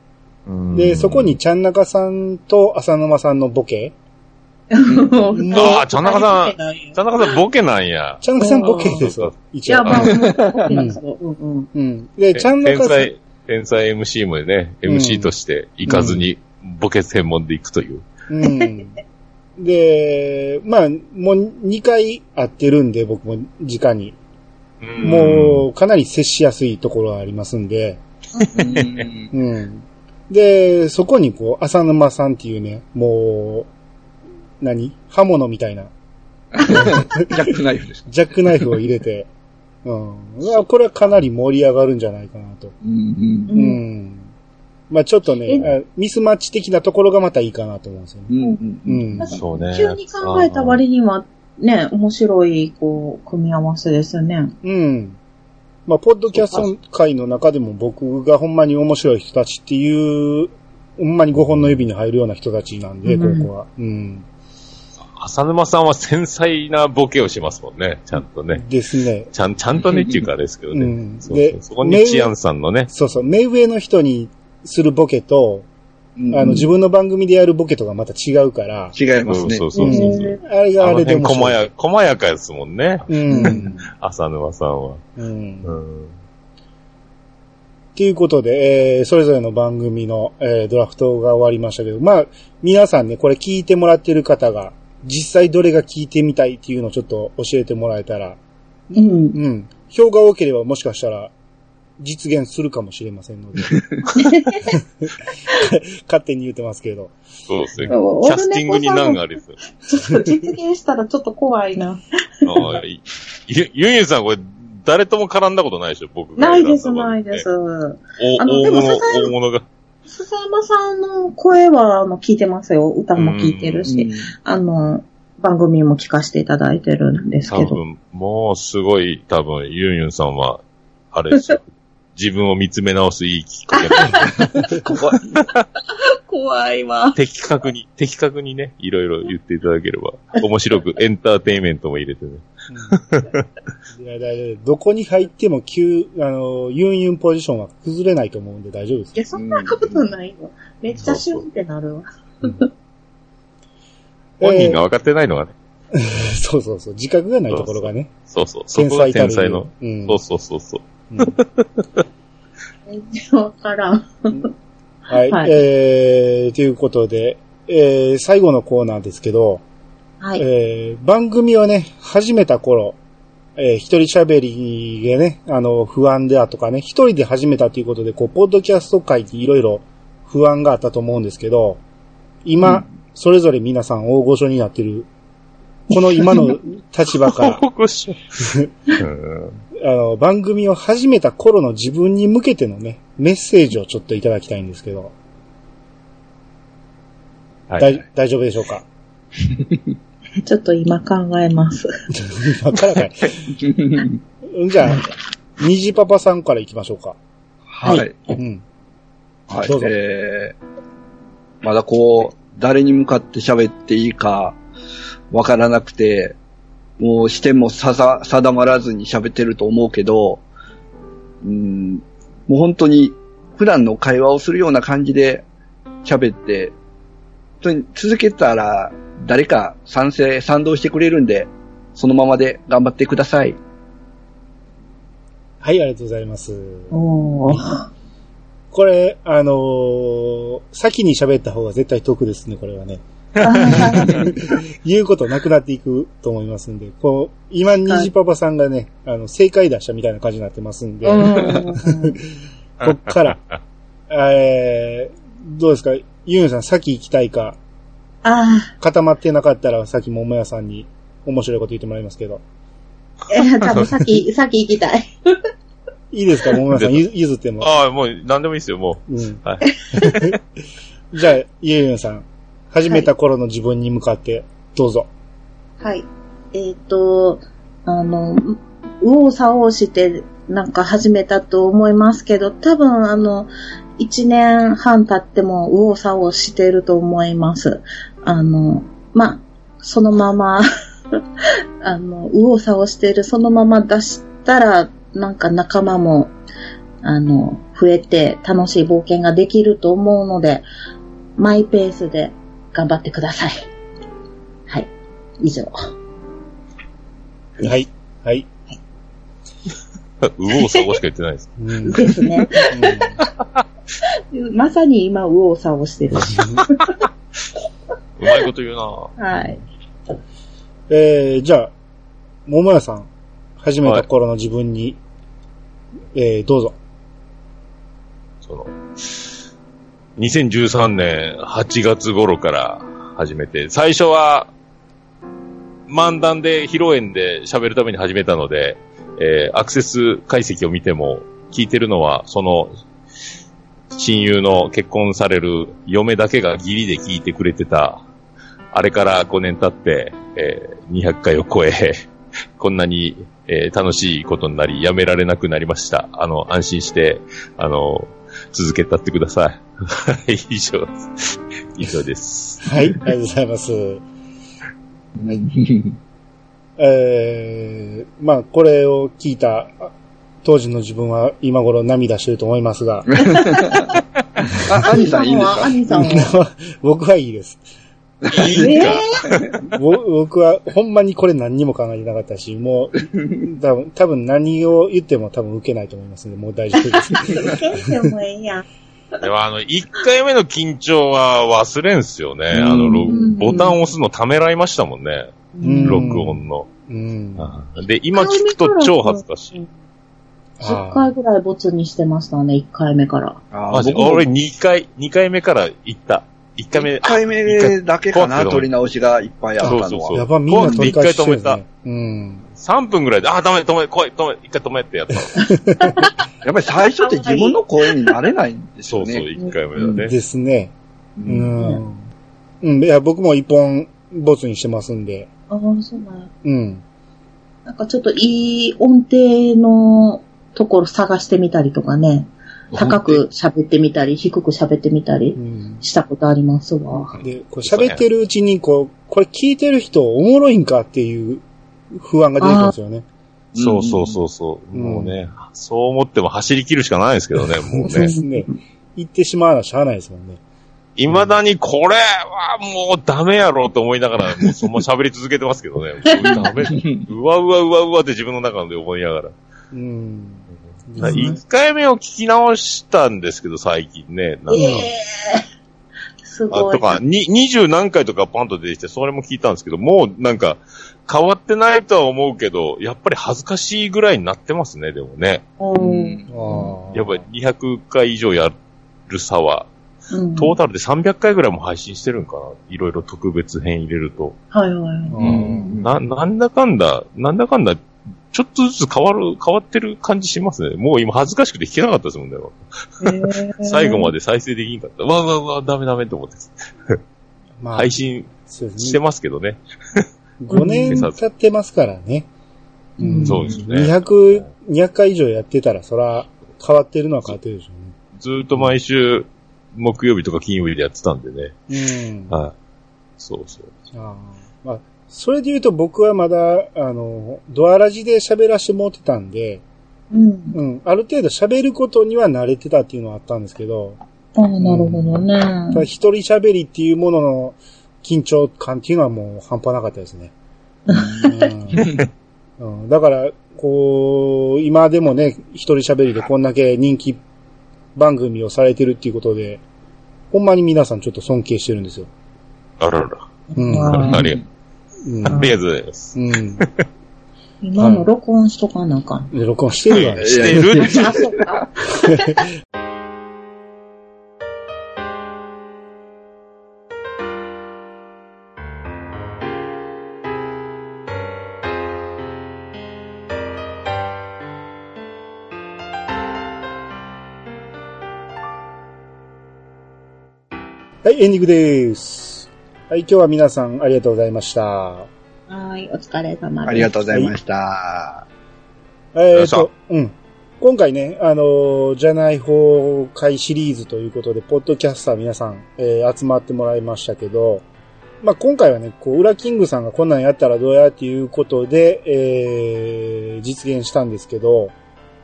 A: で、そこに、ちゃんなかさんと浅沼さんのボケ、
B: ああ、ちゃん中 さん、ちゃん中さんボケなんや。
A: ちゃんなかさんボケです
B: う
A: よ
B: ん、
C: い
A: 一
C: や、
A: 応。
C: まあ、 うんうん。
A: うん。で、 ちゃんな
B: 天
A: かさん、
B: 才、天才 MC もね、
A: うん
B: MC として行かずに、ボケ専門で行くという。
A: うん。で、まあ、もう2回会ってるんで、僕も、直に。もう、かなり接しやすいところはありますんで、
D: うん
A: うん。で、そこにこう、浅沼さんっていうね、もう、何刃物みたいな、
D: ジャックナイフです。
A: ジャックナイフを入れ て、うん。まあこれはかなり盛り上がるんじゃないかなと。
D: うんうん。
A: う
C: うん
A: ん。まあちょっとね、あミスマッチ的なところがまたいいかなと思うんですよね。
D: うんうん
A: う
D: うん
A: ん。
B: そうね。
C: 急に考えた割には、ね、面白い、こう、組み合わせですよね。
A: うん。まあ、ポッドキャスト界の中でも僕がほんまに面白い人たちっていう、ほんまに5本の指に入るような人たちなんで、
C: うん
A: ここは。うん。
B: 浅沼さんは繊細なボケをしますもんね。ちゃんとね。
A: ですね。
B: ちゃん、ちゃんとねっていうかあれですけどね。
A: うん
B: そう
A: で
B: そうそこにチアンさんのね。
A: そうそう。目上の人にするボケと、
D: うん。
A: あの、自分の番組でやるボケとがまた違うから、
D: 違いま
B: そ
D: す
B: う
D: ね
B: そ。うそうそう。
C: うん
A: あれ
B: あ
A: があ
B: の
A: れで
B: 辺
A: 面
B: 細
A: 白い。
B: や、細やかですもんね。
A: うん。
B: 浅沼さんは。
A: うん。っ
B: うん。
A: ていうことで、えー、それぞれの番組の、えードラフトが終わりましたけど、まあ、皆さんね、これ聞いてもらってる方が、実際どれが聞いてみたいっていうのをちょっと教えてもらえたら、
C: うん。
A: うん。票が多ければもしかしたら実現するかもしれませんの で。勝手に言ってますけど。
B: そうですね。
C: オ
B: キ
C: ー
B: ャ
C: ル
B: スティ
C: ネ
B: ング
C: コ
B: に
C: さ
B: 難
C: ん
B: が
C: が
B: ありそう。
C: ちょっと実現したらちょっと怖い な。
B: ああいゆ、ゆゆんさんこれ、誰とも絡んだことないでしょ僕が
C: ない
B: 選んだ
C: です、
B: 番組
C: ない
B: ね
C: です。
B: お
C: あの
B: 大
C: でも
B: 物、
C: ささや
B: 大物が。
C: 笹山さんの声は、あの、聞いてますよ。歌も聞いてるし、あの、番組も聞かせていただいてるんです
B: 多
C: けど。
B: 分、もうすごい、多分、ユンユンさんは、あれ ですよ。自分を見つめ直すいいきっかけだ
D: うんここ
C: 怖いわ。
B: 的確に、的確にね、いろいろ言っていただければ、面白 くエンターテインメントも入れてね。
A: いやだいどこに入っても急、あの、ユンユンポジションは崩れないと思うんで大丈夫です
C: い。や、そんなことないよ。めっちゃシュンってなるわ。
B: 本人
A: え
B: が分かってないのがね。
A: ー そうそうそう。自覚がないところがね。
B: そうそう。そこが天才の。
A: うん。
B: そうそうそうそう。
A: うん
C: 全然わからん。
A: はい。
C: はい
A: えー、ということで、えー、最後のコーナーですけど、
C: はい。
A: えー番組をね、始めた頃、えー一人喋りがね、あの、不安だとかね、一人で始めたということで、こう、ポッドキャスト界っていろいろ不安があったと思うんですけど、今、それぞれ皆さん大御所になってる、この今の立場 から、
B: 報告書。うん
A: あの、番組を始めた頃の自分に向けてのね、メッセージをちょっといただきたいんですけど、
B: は
A: だ
B: い
A: い。大丈夫でしょうか
C: ちょっと今考えます。
A: 今からかい。じゃあ、虹パパさんから行きましょうか。
D: はい。
A: うん。
D: はい。
A: どうぞ
D: えー、まだこう、誰に向かって喋っていいか、わからなくて、もう視点もささ、定まらずに喋ってると思うけど、うん、もう本当に、普段の会話をするような感じで喋って、本当に続けたら、誰か賛成、賛同してくれるんで、そのままで頑張ってくだ さい。
A: はい、ありがとうございます。
C: おー。
A: これ、あのー先に喋った方が絶対得ですね、これはね。言うことなくなっていくと思いますんで、こう、今、虹パパさんがね、あの、正解出したみたいな感じになってますんで、
C: うん
A: こっ から、えー、どうですか、ユンさん先行きたいか、
C: あ
A: 固まってなかったらさっき桃屋さんに面白いこと言ってもらいますけど、
C: あ、えー、多分先、先行きたい。
A: いいです か、桃屋さん、ゆ譲っても。
B: ああ、もう、なんでもいいですよ、も
A: うん。
B: は
A: じゃあ、ユンユンさん、始めた頃の自分に向かって、どうぞ。
C: はい。えっ、と、あの、右往左往して、なんか始めたと思いますけど、多分あの、一年半経っても右往左往してると思います。あの、まあ、そのまま、 あの、右往左往してるそのまま出したら、なんか仲間も、あの、増えて楽しい冒険ができると思うので、マイペースで頑張ってください。はい。以上。
A: はい。はい。
B: う。 うおうさごしか言ってないです。
A: うん うん
C: ですね。 まさに今、右往左往してる。
B: うまいこと言うな
C: はい。
A: えー、じゃあ、桃屋さん、始めた頃の自分に、えー、どうぞ。
B: その、 2013年8月頃から始めて、最初は、漫談で、披露宴で喋るために始めたので、えーアクセス解析を見ても、聞いてるのは、その、親友の結婚される嫁だけがギリで聞いてくれてた、あれから5年経って、えー200回を超え、 こんなに、えー楽しいことになり、やめられなくなりました。あの、安心して、あの、続けたってください。はい以上です。以上です。
A: はい、ありがとうございます。
D: はい。
A: えー、まあ、これを聞いた、あ当時の自分は今頃涙してると思いますが、
D: あ、アニさんいいんです
C: ア
D: か
C: ニさんは。
A: 僕はいいです。
B: いいんか、
A: ぼ僕は、ほんまにこれ何にも考えてなかったし、もう、多分多分何を言っても多分受けないと思いますんで、もう大丈夫 です。
C: でもええやん。
B: でもあの、1回目の緊張は忘れんすよね。あの、ろ
C: うん
B: ボタンを押すのためらいましたもんね。
A: うん
B: 録音の。
A: うん。
B: で、今聞くと超恥ずかしい。
C: 10回ぐらいボツにしてましたね、1回目から。
D: あ
B: マジ
D: 僕も
B: 俺2回、2回目から行った。1回目、
D: 一回目だけか
B: 一回
D: な、
B: 怖くて
D: 取り直しがいっぱいあったのは。
B: そうそうそう
A: やば、みんな取り返してるんです
B: 今度
A: ね。うん。
B: 3分ぐらいで、あ、ダメ、止め、来い、止め、一回止めってや った。
D: やっぱり最初って自分の声になれないんです
B: そ
D: よ
B: う
D: ね。
B: そう、1回目だね。
A: ですね。
D: う
A: うんん。うん、いや、僕も一本、ボツにしてますんで。
C: ああ、そうなんや
A: うん。
C: なんかちょっといい音程のところ探してみたりとかね、高く喋ってみたり、低く喋ってみた
A: う
C: り
A: ん
C: したことありますわ。
A: で、こう喋ってるうちに、こう、これ聞いてる人おもろいんかっていう不安が出てくるんですよね。
B: そうそうそうそう。
A: うん
B: もうね、そう思っても走り切るしかないですけどね、もう
A: そうで
B: ね。
A: すね。言ってしまうのはしゃあないですもんね。
B: 未だにこれはもうダメやろと思いながら、もうそのまま喋り続けてますけ どね。もうダメ。うわうわうわうわって自分の中で思いながら。
A: うん。
C: はい
A: うん
B: 1回目を聞き直したんですけど、最近ね。なんか
C: ええす
B: あ
C: ごい。
B: とか、に、二十何回とかパンと出てきて、それも聞いたんですけど、もうなんか、変わってないとは思うけど、やっぱり恥ずかしいぐらいになってますね、でもね。
C: う。
D: うんん
A: あー
B: やっぱり200回以上やる差は、
C: うん
B: トータルで300回ぐらいも配信してるんかな。いろいろ特別編入れると。
C: はいはい。
A: う
D: うんん
B: な、なんだかんだ、なんだかんだ、ちょっとずつ変わる、変わってる感じしますね。もう今恥ずかしくて聞けなかったですもんね。 最後ま
C: で。
B: で再生できんかった。わうわうわ、ダメダメと思って。
A: まあ、
B: 配信
A: そうです
B: して
A: ね。
B: ますけどね。
A: 5年経ってますからね。
C: うん
B: そうですね
A: 200、200回以上やってたら、そら、変わってるのは変わってるでしょ
B: ずーっと毎週、木曜日とか金曜日でやってたんでね。
A: うね。うん。
B: はい。そうそう。
A: あーまあ、それで言うと僕はまだ、あの、ドアラジで喋らしてもらってたんで、
C: うん。
A: うん、ある程度喋ることには慣れてたっていうのはあったんですけど、
C: ああ、なるほどね。
A: ただ一人喋りっていうものの緊張感っていうのはもう半端なかったですね。うんうんだから、こう、今でもね、一人喋りでこんだけ人気番組をされてるっていうことで、ほんまに皆さんちょっと尊敬してるんですよ。
B: あらら。
A: うん
C: ま
B: あ
C: あ
B: りが
A: うん
B: ありがとうございます。
A: うん。
C: 今の録音しとかなあかん。
A: で録音してるわね。
B: してるって
C: あ、そうか。
A: はい、エンディングです。はい、今日は皆さんありがとうございました。
C: はい、お疲れ様です。
D: ありがとうございました。
A: え
B: よ
A: っ
B: っしゃ
A: と、うん。今回ね、あのーじゃない方会シリーズということで、ポッドキャスター皆さん、えー集まってもらいましたけど、まあ、今回はね、こう、裏キングさんがこんなんやったらどうやっていうことで、えー実現したんですけど、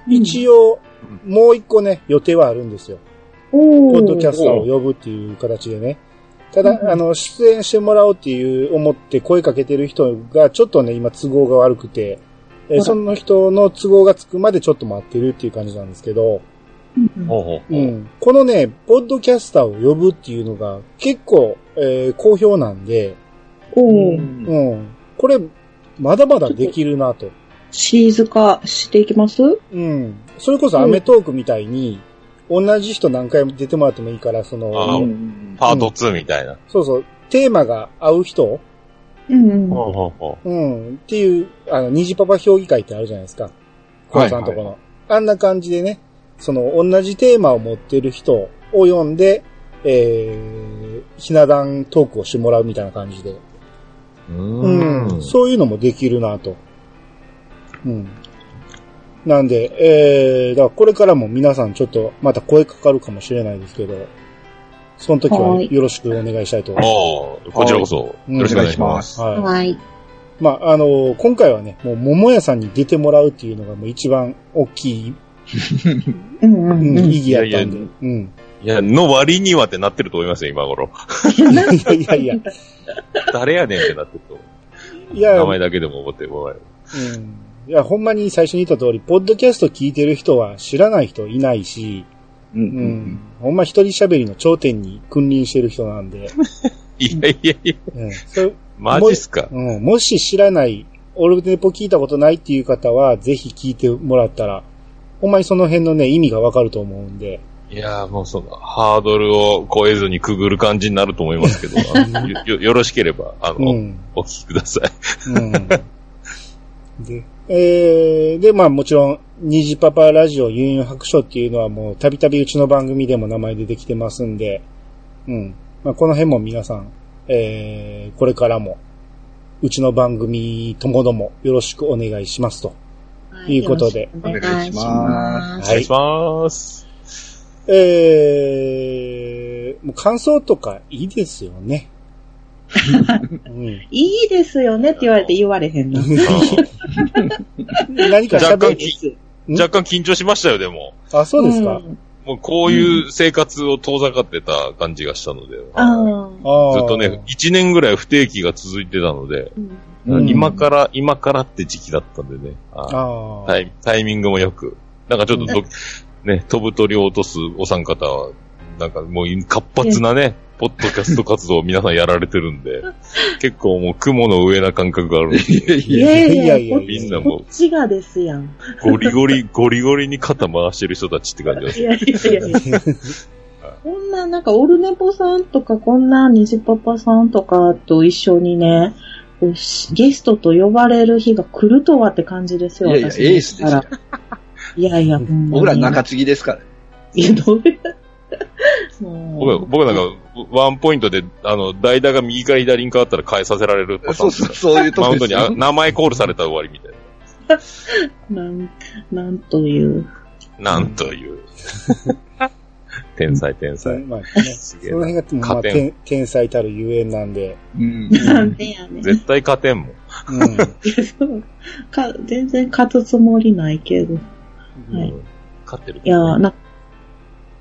A: 一応、もう一個ね、予定はあるんですよ。
C: 応、
A: ポ
C: ポ
A: ッドキャスターを
B: お
A: 呼ぶっていう形でね。ただ、
C: うん
A: あの、出演してもらおうっていう思って声かけてる人がちょっとね、今都合が悪くて、えー
C: あら
A: その人の都合がつくまでちょっと待ってるっていう感じなんですけど、
B: ほうほう
A: う
B: ほう。
A: ん。このね、ポッドキャスターを呼ぶっていうのが結構、えー好評なんで、
C: お
D: う
C: ー
D: ん
A: うん。これ、まだまだできるなと。
C: シーズ化していきます
A: うん。それこそアメトークみたいに、同じ人何回も出てもらってもいいから、そ
B: あ
A: の、
B: ー
D: うん
B: パート2みたいな。
A: そうそう、テーマが合う人、
C: うんうん。
B: ほうほうほ
A: うん、っていう、あの、虹パパ評議会ってあるじゃないですか。コウさんとこ
D: はい
A: の。あんな感じでね、その、同じテーマを持ってる人を読んで、えー、ひな壇トークをしてもらうみたいな感じで。
B: う
A: う
B: うん
A: ん。そういうのもできるなと。うん。なんで、えー、だからこれからも皆さんちょっとまた声かかるかもしれないですけど、その時はよろしくお願いしたいと思い
B: おーこちらこそ、よ
A: い
B: ろしくお願いします。
A: ます。は
C: はい。
A: い。まあ、あのー今回はね、もう桃屋さんに出てもらうっていうのがもう一番大きい、
C: うんう
A: うんん、
C: うん。
A: 意義やったんで。
B: いやいや
A: うん。
B: いや、の割にはってなってると思いますよ、今 頃。
A: いやいや いや。
B: 誰やねんってなってると思う。
A: いや、
B: 名
A: う
B: 前だけでも思ってもらえる。
A: ん。いや、ほんまに最初に言った通り、ポッドキャスト聞いてる人は知らない人いないし、
D: うんう
A: うんん。ほんま一人喋りの頂点に君臨してる人なん で。
B: いやいやいや、
A: うん。それ
B: マジっすか。
A: うん、もし知らない、オルネポ聞いたことないっていう方は、ぜひ聞いてもらったら、ほんまにその辺のね、意味がわかると思うんで。
B: いやーもうその、ハードルを超えずにくぐる感じになると思いますけ ど、あのよよよろしければ、あ
A: う
B: の、
A: ん。
B: お聞きください。
A: うん。で、えー、で、まあもちろん、ニジパパラジオユンユン白書っていうのはもう、たびたびうちの番組でも名前出てきてますんで、うん。まあこの辺も皆さん、えー、これからも、うちの番組ともどもよろしくお願いしますと。
C: は
A: いうことで
C: よろしくお願いしま
A: は
C: す。
B: お願い します。
A: えー、もう感想とかいいですよ ね。うん、
C: いいですよねって言われて言われへんの。
A: 何か
B: 若
A: 喋
B: 干
A: る。
B: き、
A: ん
B: 若干緊張しましたよ、でも。
A: あ、そうですか。
C: ん
B: もうこういう生活を遠ざかってた感じがしたので、はい
C: ああ。
A: あー
B: ずっとね、1年ぐらい不定期が続いてたので、
C: うん
D: うん
B: 今から、今からって時期だったんでね。はい
A: ああ、
B: タイタイミングもよく。なんかちょっとど、ね、飛ぶ鳥を落とすお三方は、なんかもう活発なね、ポッドキャスト活動を皆さんやられてるんで、 結構もう雲の上な感覚があるんで、
D: い やい
A: い
D: や
C: いやいや
A: や
C: い
A: い
C: や
A: や、
B: みんなも
C: こっちがですやん。
B: ゴリゴリ、ゴリゴリに肩回してる人たちって感じがす
C: いやいやいや いや。こんな、なんか、オルネポさんとか、こんな、ニジパパさんとかと一緒にね、こうしゲストと呼ばれる日が来るとはって感じですよ、
D: いやいや、
C: 私
D: エースですよ。
C: いやいや、ほんまに
D: 僕ら中継ぎですから。
C: いや、どうやもう
B: 僕、僕なんか、ワンポイントで、あの、代打が右から左に変わったら変えさせられるパター
D: そ
B: ン
D: うそう、そういうと
B: マ
D: こ
B: ウンド
D: です
B: に
D: よ
B: あ名前コールされたら終わりみたい
C: なん、なんという。
B: な。なんという。 天才天
A: そ
B: 才。
A: まあね、そ
B: すげえな
A: の辺が、まあ、
B: 加点
A: 天天才たるゆえんなん で。
D: うん。
C: なんでやねん。
B: 絶対勝てんもん。
A: うん。
C: そうか全然勝つつもりないけど。はい
B: うん勝ってる
C: いや、なん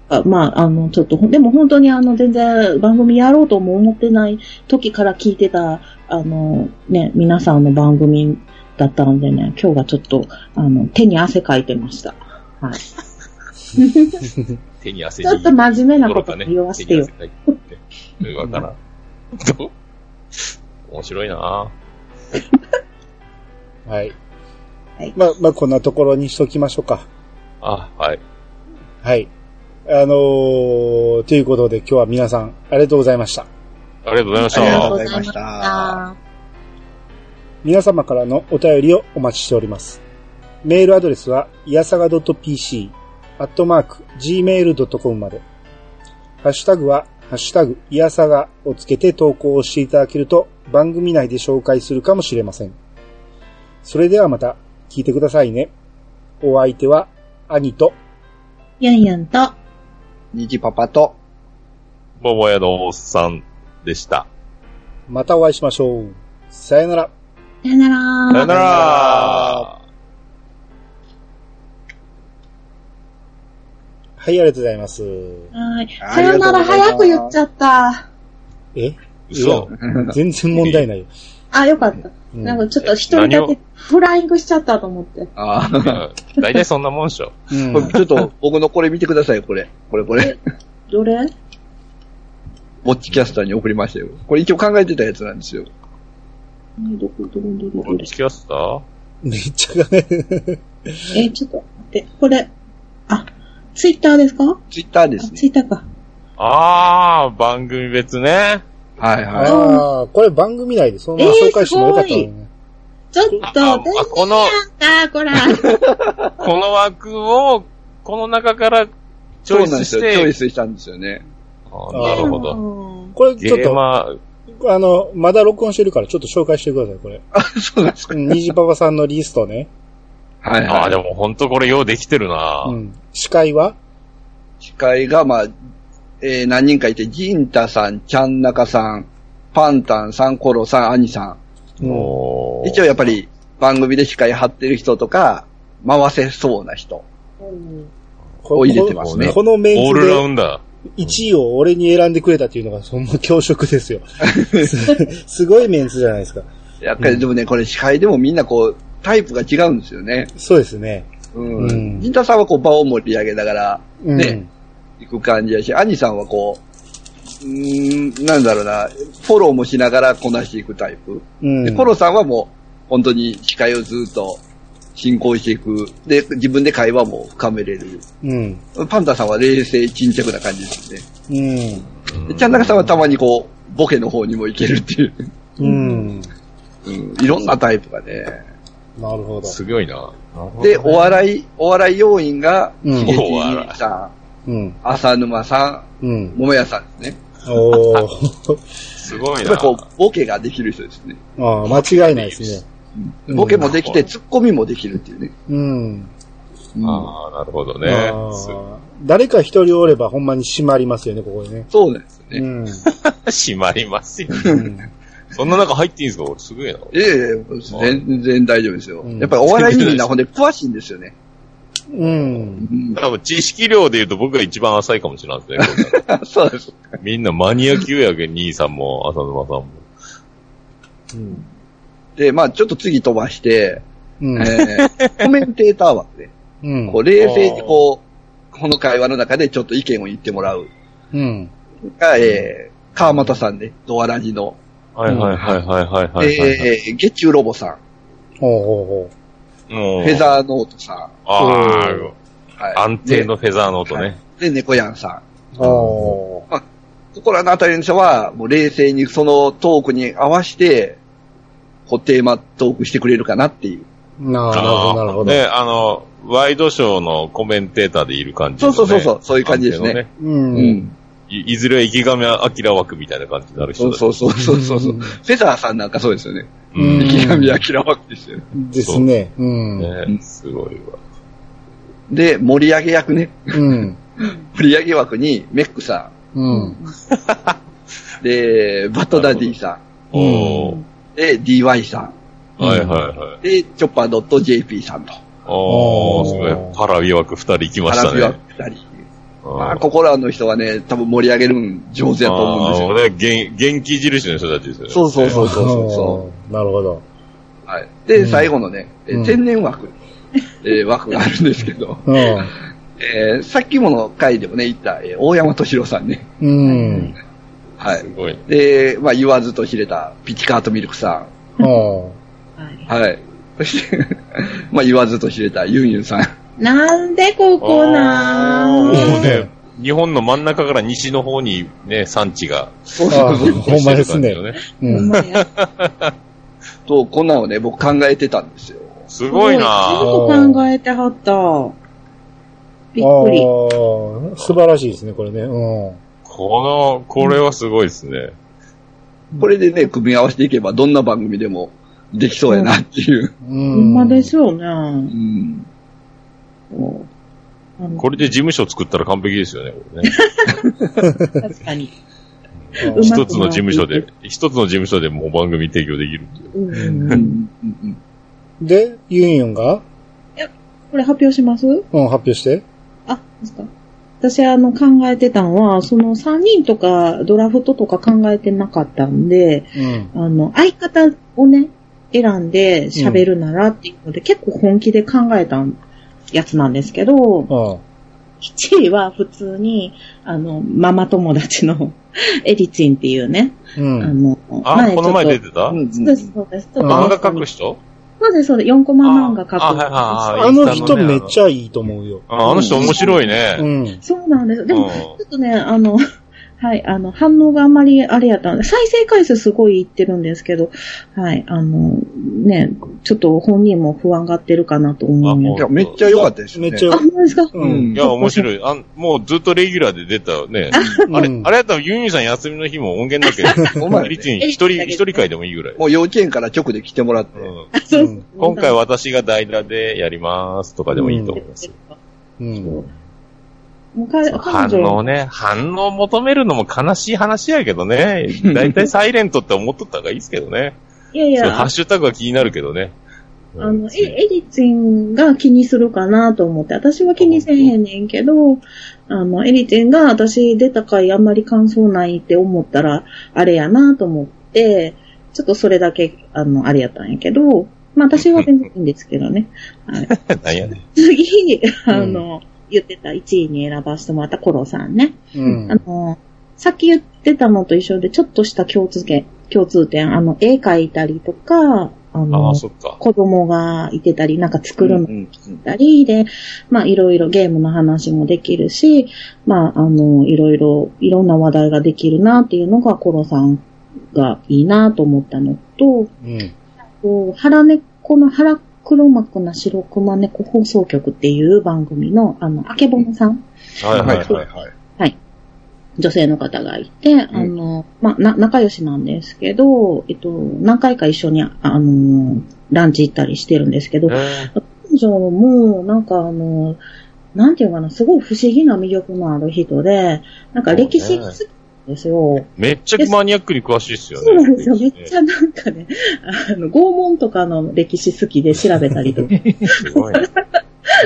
C: か、まあ、あの、ちょっと、でも本当にあの、全然番組やろうとも思ってない時から聞いてた、あの、ね、皆さんの番組だったんでね、今日はちょっと、あの、手に汗かいてました。はい。
B: 手に汗
C: ちょっと真面目なこと
B: ね。
C: 言わせてよ。
B: 手に汗かいてねわからん。どう面白いな
A: はい。
C: はい
A: まあ、まあ、こんなところにしときましょうか。
B: あ、はい。
A: はい。あのー、ということで今日は皆さん、ありがとうございました。
B: ありがとうございまし
D: ありがとう
B: た
D: ご。ざいました
C: あ
A: 皆様からのお便りをお待ちしております。メールアドレスは、いやさが .pc、アットマーク、gmail.com まで。ハッシュタグは、ハッシュタグ、いやさがをつけて投稿をしていただけると、番組内で紹介するかもしれません。それではまた、聞いてくださいね。お相手は、兄と、
C: やんやんと、
D: 虹パパと、
B: 桃屋のおっさんでした。
A: またお会いしましょう。さよなら。
C: さよな
B: さよなら
A: はい、ありがとうございます。
C: はい。
D: あ
C: さよなら
D: ありがと
C: 早
D: う
C: く
D: ござい
C: 言
D: ま
C: っ
D: す
C: ちゃった。
A: え
B: 嘘
A: 全然問題ないよ。
C: あ、よかった。
A: うん
C: なんかちょっと一人だ
B: 何
C: けフライングしちゃったと思って。
D: あ
B: い
D: あ。
B: や大体そんなもんでしょ。
A: うん
D: これちょっと僕のこれ見てくださいよ、これ。これこれ。
C: どれ
D: ぼっちキャスターに送りましたよ。これ一応考えてたやつなんですよ。
C: どこ、どこ、ど
B: ポ
C: こ、ど
B: ッ
C: れ
B: ドキャスター
A: めっちゃ考え
C: えーちょっと待って、これ、あ、ツイッターですか
D: ツイッターです
C: あツイ
D: ね。
C: ッターか。
B: あー、番組別ね。
D: はいはい。
A: ああ、これ番組内でそのまま紹介してもよかったのにね。
C: ちょっと、
B: ああ
C: 大好
B: この、
C: きなんだ、こら。
B: この枠を、この中からチョイスし
D: そうなんですよ。チョイ
B: て、
D: スしたんですよね。
B: あーなるほど。
C: ど。
A: これ
B: ゲ
A: ちょっ
B: ー
A: と、
B: マー、
A: あの、まだ録音してるからちょっと紹介してください、こ れ。
D: そうなんですか。
A: うん虹パパさんのリストね。
D: はい
B: あ
D: は
B: ー、
D: い。
B: でも本当これようできてるな、
A: うん。司会は
D: 司会が、まあ、えー何人かいて、ジンタさん、ちゃんなかさん、パンタンさん、コロさん、アニさ
A: うん。
B: も
D: ん。
B: う
D: 一応やっぱり番組で司会張ってる人とか、回せそうな人。
A: こ
D: お入れてますね
A: このメ
B: オー
A: ンツ
B: ルラウ
A: で
B: ンダ
A: 1位を俺に選んでくれたっていうのが、その強食です よ。すすごいメンツじゃないですか。
D: やっぱりでもね、これ司会でもみんなこう、タイプが違うんですよね。
A: そうですね。
D: う
A: うん
D: ん。ジンタさんはこう、場を盛り上げながら
A: うん。
D: ね行く感じやし、アニさんはこう、うーん、なんだろうな、フォローもしながらこなしていくタイプ。
A: うん
D: で、コロさんはもう、本当に司会をずっと進行していく。で、自分で会話も深めれる。
A: うん。
D: パンダさんは冷静沈着な感じですね。
A: うん。
D: で、ちゃんなかさんはたまにこう、ボケの方にもいけるっていう。
A: うん。
D: うん、いろんなタイプがね。
A: なるほ
B: ー。
A: ど。
B: すごいな。
D: で、お笑い、お笑い要員が、
A: うん
D: しげちさ
A: うん。
D: ん、浅沼さ、
A: うんん。
D: 桃屋さんですね。
A: おー。
B: すごい
D: やっぱ
B: な。
D: りこう、ボケができる人ですね。
A: ああ、間違いないですね。うん
D: ボケもできて、ツッコミもできるっていうね。
A: うん。
D: うん、
B: ああ、なるほど
A: あ
B: ね。す
A: ー誰か一人おればほんまに締まりますよね、ここでね。
D: そうなんですよね。
A: うん。
B: 閉まりますよ。
A: うん
B: そんな中入っていいんですか俺すげえな。
D: ええ全然大丈夫ですよ。
A: うん
D: やっぱりお笑いにみんなほんで詳しいんですよね。
A: うん。
D: うん、
B: 多分知識量で言うと僕が一番浅いかもしれないです ね。
D: そうです。
B: みんなマニア級やけん、兄さんも浅沼さんも。
A: うん。
D: で、まあちょっと次飛ばして、
A: うん。
D: えーコメンテーター枠で、
A: うん
D: こう冷静にこう、この会話の中でちょっと意見を言ってもらう。
A: うん。
D: が、えー、川又さんね、ドアラジの。
B: はいはいはいはいはい
D: で、
B: はい、はい。
D: えー、月中ロボさ
A: ほうほ
B: も
D: ん、
B: う
D: フェザーノートさん。
B: あー
D: はい、
B: 安定のフェザーの音
D: は
B: ね
D: い。で、猫やんさ
A: う
D: ん。
A: ほう。
D: ここらのあたりの人は、もう冷静にそのトークに合わせて、こうテーマトークしてくれるかなっていう。
A: ああ、な
B: あー
A: るほど、な
B: ね、
A: る
B: あの、ワイドショーのコメンテーターでいる感じ、
D: そ
B: ね。
D: うそうそうそう、そういう感じですね。
A: ほど。うん。
D: うん。
B: いいずれ池上彰枠みたいな感じになる人
D: そう
B: だ
D: そうそうそうそう。
A: うん
D: フェザーさんなんかそうですよね。
A: うん
D: 池上彰わけですよね。
A: ですね。うん。
B: ね、すごいわ。
D: で、盛り上げ役ね。
A: うん。
D: 盛り上げ枠にメックさ
A: うん。
D: ん。で、バットダディさ
A: うん
B: おー
D: ん。で、DY さ
A: うん
B: はいはいはい
D: ん。。で、チョッパー .jp さんと。
B: お
A: おー
B: ー、すごい。パラビ枠二人来ました
D: 花火枠
B: ね。
D: 二人。
B: うん
D: まあ、ここらの人はね、多分盛り上げるん上手やと思うんです
B: あー
D: よ。
B: 俺元元気印の人たちですよね。。
D: そうそうそううそうそうそう。
A: う。なるほど。
D: はい。
A: う
D: で、
A: ん
D: 最後のね、えー
A: うん
D: 天然 枠、えー枠があるんですけど、
A: うん。
D: えーさっきもの回でもね、言った、えー大山敏郎さんね。
A: うん。
D: は
B: す
D: い。
B: ごい。
D: で、まあ、言わずと知れた、ピチカートミルクさ
A: うん。
D: ん。はい。 そして、まあ、言わずと知れた、ユンユンさん。
C: なんでここな
B: あー
C: ー
B: もうね、日本の真ん中から西の方にね、産地が。
D: そう
A: あ
D: そう
A: あ、
D: そう。
A: ほんまです
B: してる
A: ね。
B: 感じよ
C: ほん
A: うん。
C: まや
D: と、こんなのをね、僕考えてたんですよ。
B: すごいな
C: よく考えてはった。びっくり。
A: ああ、素晴らしいですね、これね。うん。
B: この、これはすごいですね。
D: これでね、組み合わせていけば、どんな番組でもできそうやなっていう。
A: ほ
C: ほんまです
A: ょ。
C: よ
D: う
C: ね。
D: ん。
C: うん
B: これで事務所作ったら完璧ですよね。これね
C: 確かに。
A: うん
C: うまく
B: 一つの事務所で、一つの事務所でもう番組提供できるっていう
C: うん
D: うんうん
A: で、ユンユンが、
C: これ発表します
A: うん、発表して。
C: あ、ですか。私、あの、考えてたのは、その3人とか、ドラフトとか考えてなかったんで、
A: うん。
C: あの、相方をね、選んで喋るならっていうので、結構本気で考えたやつなんですけど、
A: うん。
C: 1位は普通に、あの、ママ友達のエリチンっていうね、
A: う
C: あ
A: ん。
C: の、
B: あ、この前出てた
D: うんうん
C: そうです、そうです。ちょっと
A: 漫
B: 漫画描く人
C: そうそうです、そうです。4コマ漫画描く。
B: あはいはいはい
A: あの人めっちゃいいと思うよ。
B: ああの人面白いうね。
A: ん。
C: そうなんです。で
B: うん
C: も、ちょっとね、あの、 はい、あの、反応があんまりあれやったんで、再生回数すごいいってるんですけど、はい、あの、ね、ちょっと本人も不安がってるかなと思
B: あ
C: うん
B: も
C: で。
D: いや、めっちゃ良かったです
A: め
D: ね。
A: っちゃ
C: あ、
A: よ
C: 本当ですか
A: う
D: うん
A: ん。
B: いや、面白い。あんもうずっとレギュラーで出たね。あれ、あれやったらユンユンさん休みの日も音源だ け、
D: お前
B: リツに一人、一人会でもいいぐらい。
D: もう幼稚園から直で来てもらって。
B: うん
C: あ そ
A: う
C: う
A: ん
B: 今回私が代打でやりますとかでもいいと思います。
A: うん。
C: もう彼
B: 反
C: 彼
B: 応
C: 女、
B: ね、反応求めるのも悲しい話やけどね。だいたいサイレントって思っとった方がいいですけどね。
C: いやい
B: そう
C: や、
B: ハッシュタグが気になるけどね。うん
C: あの、え、エリツィンが気にするかなと思って、私は気にせえへんねんけど、あの、エリツィンが私出た回あんまり感想ないって思ったら、あれやなと思って、ちょっとそれだけ、あの、あれやったんやけど、まあ私は全然いいんですけどね。 はい、
B: なんやねん。
C: 次、あの、言ってた1位に選ばせてもらったコロさんね。
A: うん
C: あ。の、さっき言ってたのと一緒で、ちょっとした共通点、共通点、あの、絵描いたりとか、あ
B: あ
C: の、
B: あ、そっか。
C: 子供がいてたり、なんか作
D: うん
C: る
D: う
C: の
D: ん
C: たり、で、まあいろいろゲームの話もできるし、まああの、いろいろ、いろんな話題ができるなっていうのがコロさんがいいなと思ったのと、
A: うん。
C: こう腹猫の腹黒幕な白熊猫放送局っていう番組の、あの、あけぼのさん
B: はいはい
D: は
B: はいい。
D: はい。
C: 女性の方がいて、あの、まあ、な、仲良しなんですけど、えっと、何回か一緒に、ああの、ランチ行ったりしてるんですけど、
B: え
C: 彼女も、なんかあの、なんていうかな、すごい不思議な魅力のある人で、なんか歴史が好きなんですよ。
B: ーめっちゃマニアックに詳しいっすよね。
C: そうなんですよ。めっちゃなんかね、あの、拷問とかの歴史好きで調べたりとか
B: すごいね。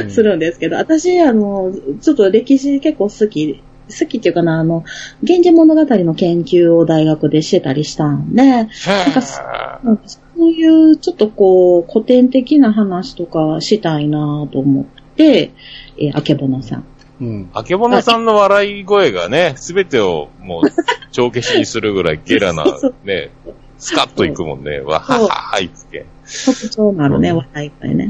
C: するんですけど、私、あの、ちょっと歴史結構好き、好きっていうかな、あの、源氏物語の研究を大学でしてたりしたんで、
B: へ
C: か
B: ー
C: うんそういうちょっとこう、古典的な話とかしたいなと思って、えーあけぼのさん。
A: うん。
B: あけぼのさんの笑い声がね、すべてをもう、帳消しにするぐらいゲラな
C: そうそう、
B: ね、スカッといくもんね。わははは、いつけ。
C: 特徴のあるね、
B: うん
C: 笑い声ね。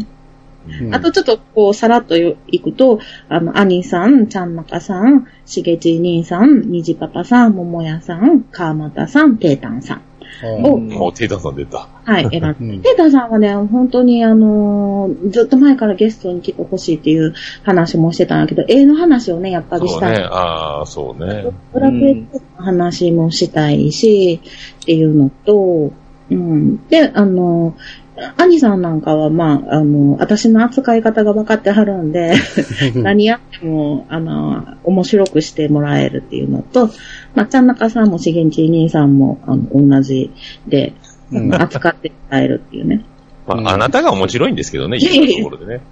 A: うん
C: あとちょっとこう、さらっといくと、あの、兄さん、ちゃんまかさん、しげち兄さん、にじパパさん、ももやさん、川又さん、ていたんさん。
A: うん
B: もう、テイタさん出た。
C: はい、選ん
A: う
C: で。
A: ん。
C: ペーターさんはね、本当にあのーずっと前からゲストに来てほしいっていう話もしてたんだけど、絵の話をね、やっぱり
B: そ
C: し
B: う
C: たい。
B: ね。ああ、そうね。
C: ドラクエの話もしたいし、っていうのと、うん。で、あの、兄さんなんかは、まあ、あの、私の扱い方が分かってはる んで、何やっても、あの、面白くしてもらえるっていうのと、まあ、ちゃんなかさんもしげんち兄さんも、あの、同じで、
A: うん
C: 扱ってもらえるっていうね。
B: ま
A: うん
B: あ、あなたが面白いんですけどね、
C: いやいやいや
B: 今のところでね。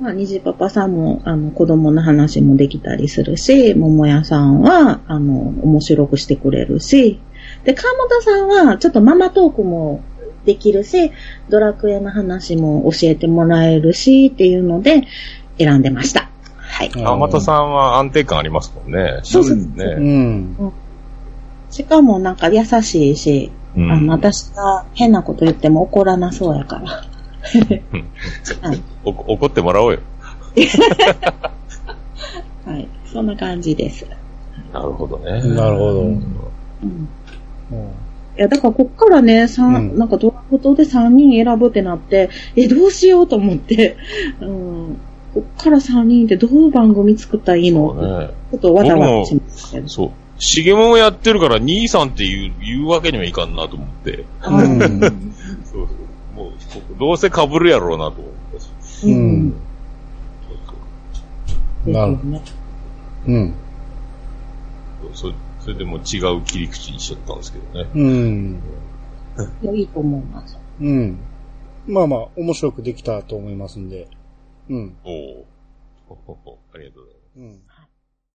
C: まあ、虹パパさんも、あの、子供の話もできたりするし、桃屋さんは、あの、面白くしてくれるし、で、川本さんは、ちょっとママトークもできるし、ドラクエの話も教えてもらえるし、っていうので、選んでました。はい。
B: 川又さんは安定感ありますもんね。
C: そうそう
A: う
B: ね。
A: ん。
C: しかも、なんか優しいし、
B: う
C: あの、
B: ん。
C: 私が変なこと言っても怒らなそうやから。
B: お怒ってもらおうよ。
C: はい。そんな感じです。
B: なるほどね。
A: なるほど
C: うんいや、だからこっからね、三、
A: うん
C: なんかドラフトで3人選ぶってなって、え、どうしようと思って、 うん、こっから3人ってどう番組作ったらいいの、
B: そうね。
C: ちょっとわたわたしますけど。
B: そう。しげもやってるから、兄さんって言う、言うわけにはいかんなと思って。
C: うん
B: そうそう。もう、どうせ被るやろうなと思ったし。
A: う
C: うん
A: ん。
B: そうそう
A: なるほ
C: ね。
A: うん。
B: そそれでも違う切り口にしちゃったんですけどね。
A: うん。
C: いやいいと思います。
A: うん。まあまあ、面白くできたと思いますんで。うん。
B: おお。ありがとうございます。
A: うん。